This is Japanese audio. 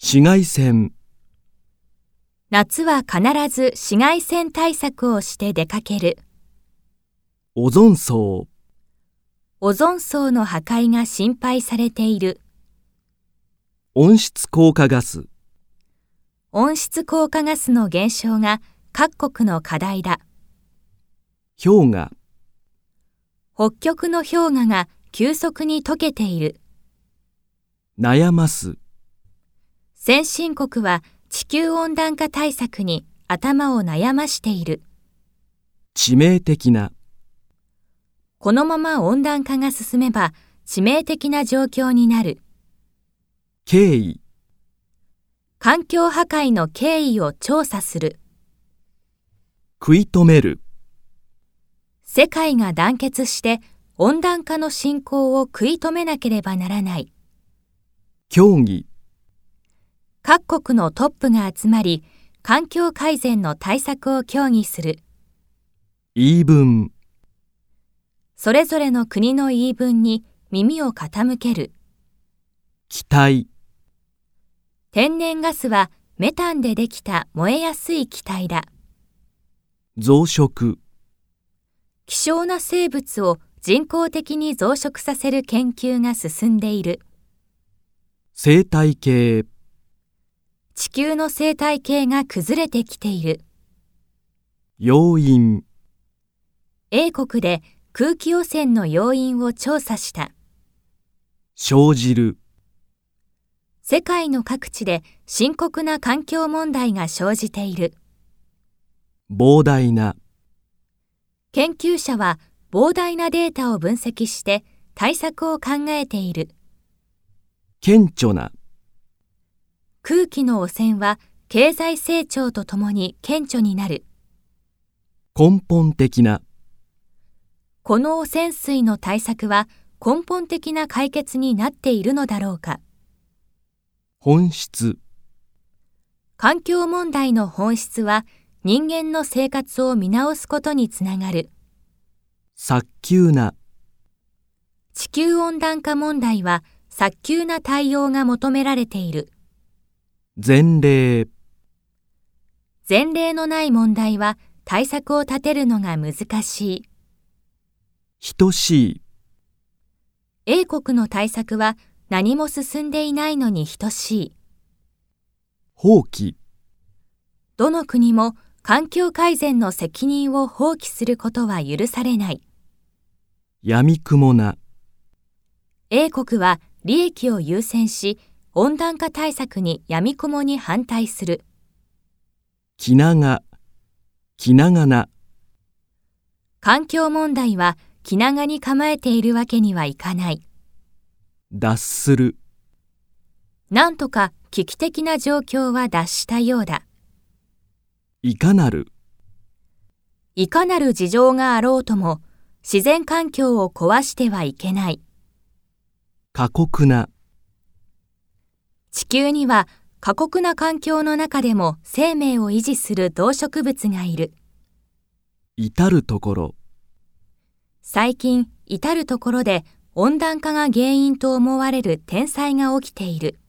紫外線、夏は必ず紫外線対策をして出かける。オゾン層、オゾン層の破壊が心配されている。温室効果ガス、温室効果ガスの減少が各国の課題だ。氷河、北極の氷河が急速に溶けている。悩ます、先進国は地球温暖化対策に頭を悩ましている。致命的な、このまま温暖化が進めば致命的な状況になる。経緯、環境破壊の経緯を調査する。食い止める、世界が団結して温暖化の進行を食い止めなければならない。協議、各国のトップが集まり、環境改善の対策を協議する。言い分、それぞれの国の言い分に耳を傾ける。期待、天然ガスはメタンでできた燃えやすい気体だ。増殖、希少な生物を人工的に増殖させる研究が進んでいる。生態系、地球の生態系が崩れてきている。要因、英国で空気汚染の要因を調査した。生じる、世界の各地で深刻な環境問題が生じている。膨大な、研究者は膨大なデータを分析して対策を考えている。顕著な、空気の汚染は経済成長とともに顕著になる。根本的な、この汚染水の対策は根本的な解決になっているのだろうか。本質、環境問題の本質は人間の生活を見直すことにつながる。早急な、地球温暖化問題は早急な対応が求められている。前例、前例のない問題は対策を立てるのが難しい。等しい、英国の対策は何も進んでいないのに等しい。放棄、どの国も環境改善の責任を放棄することは許されない。闇雲な、英国は利益を優先し、温暖化対策に闇雲に反対する。気長、気長な、環境問題は気長に構えているわけにはいかない。脱する、なんとか危機的な状況は脱したようだ。いかなる、いかなる事情があろうとも、自然環境を壊してはいけない。過酷な、地球には過酷な環境の中でも生命を維持する動植物がいる。至るところ、最近、至るところで温暖化が原因と思われる天災が起きている。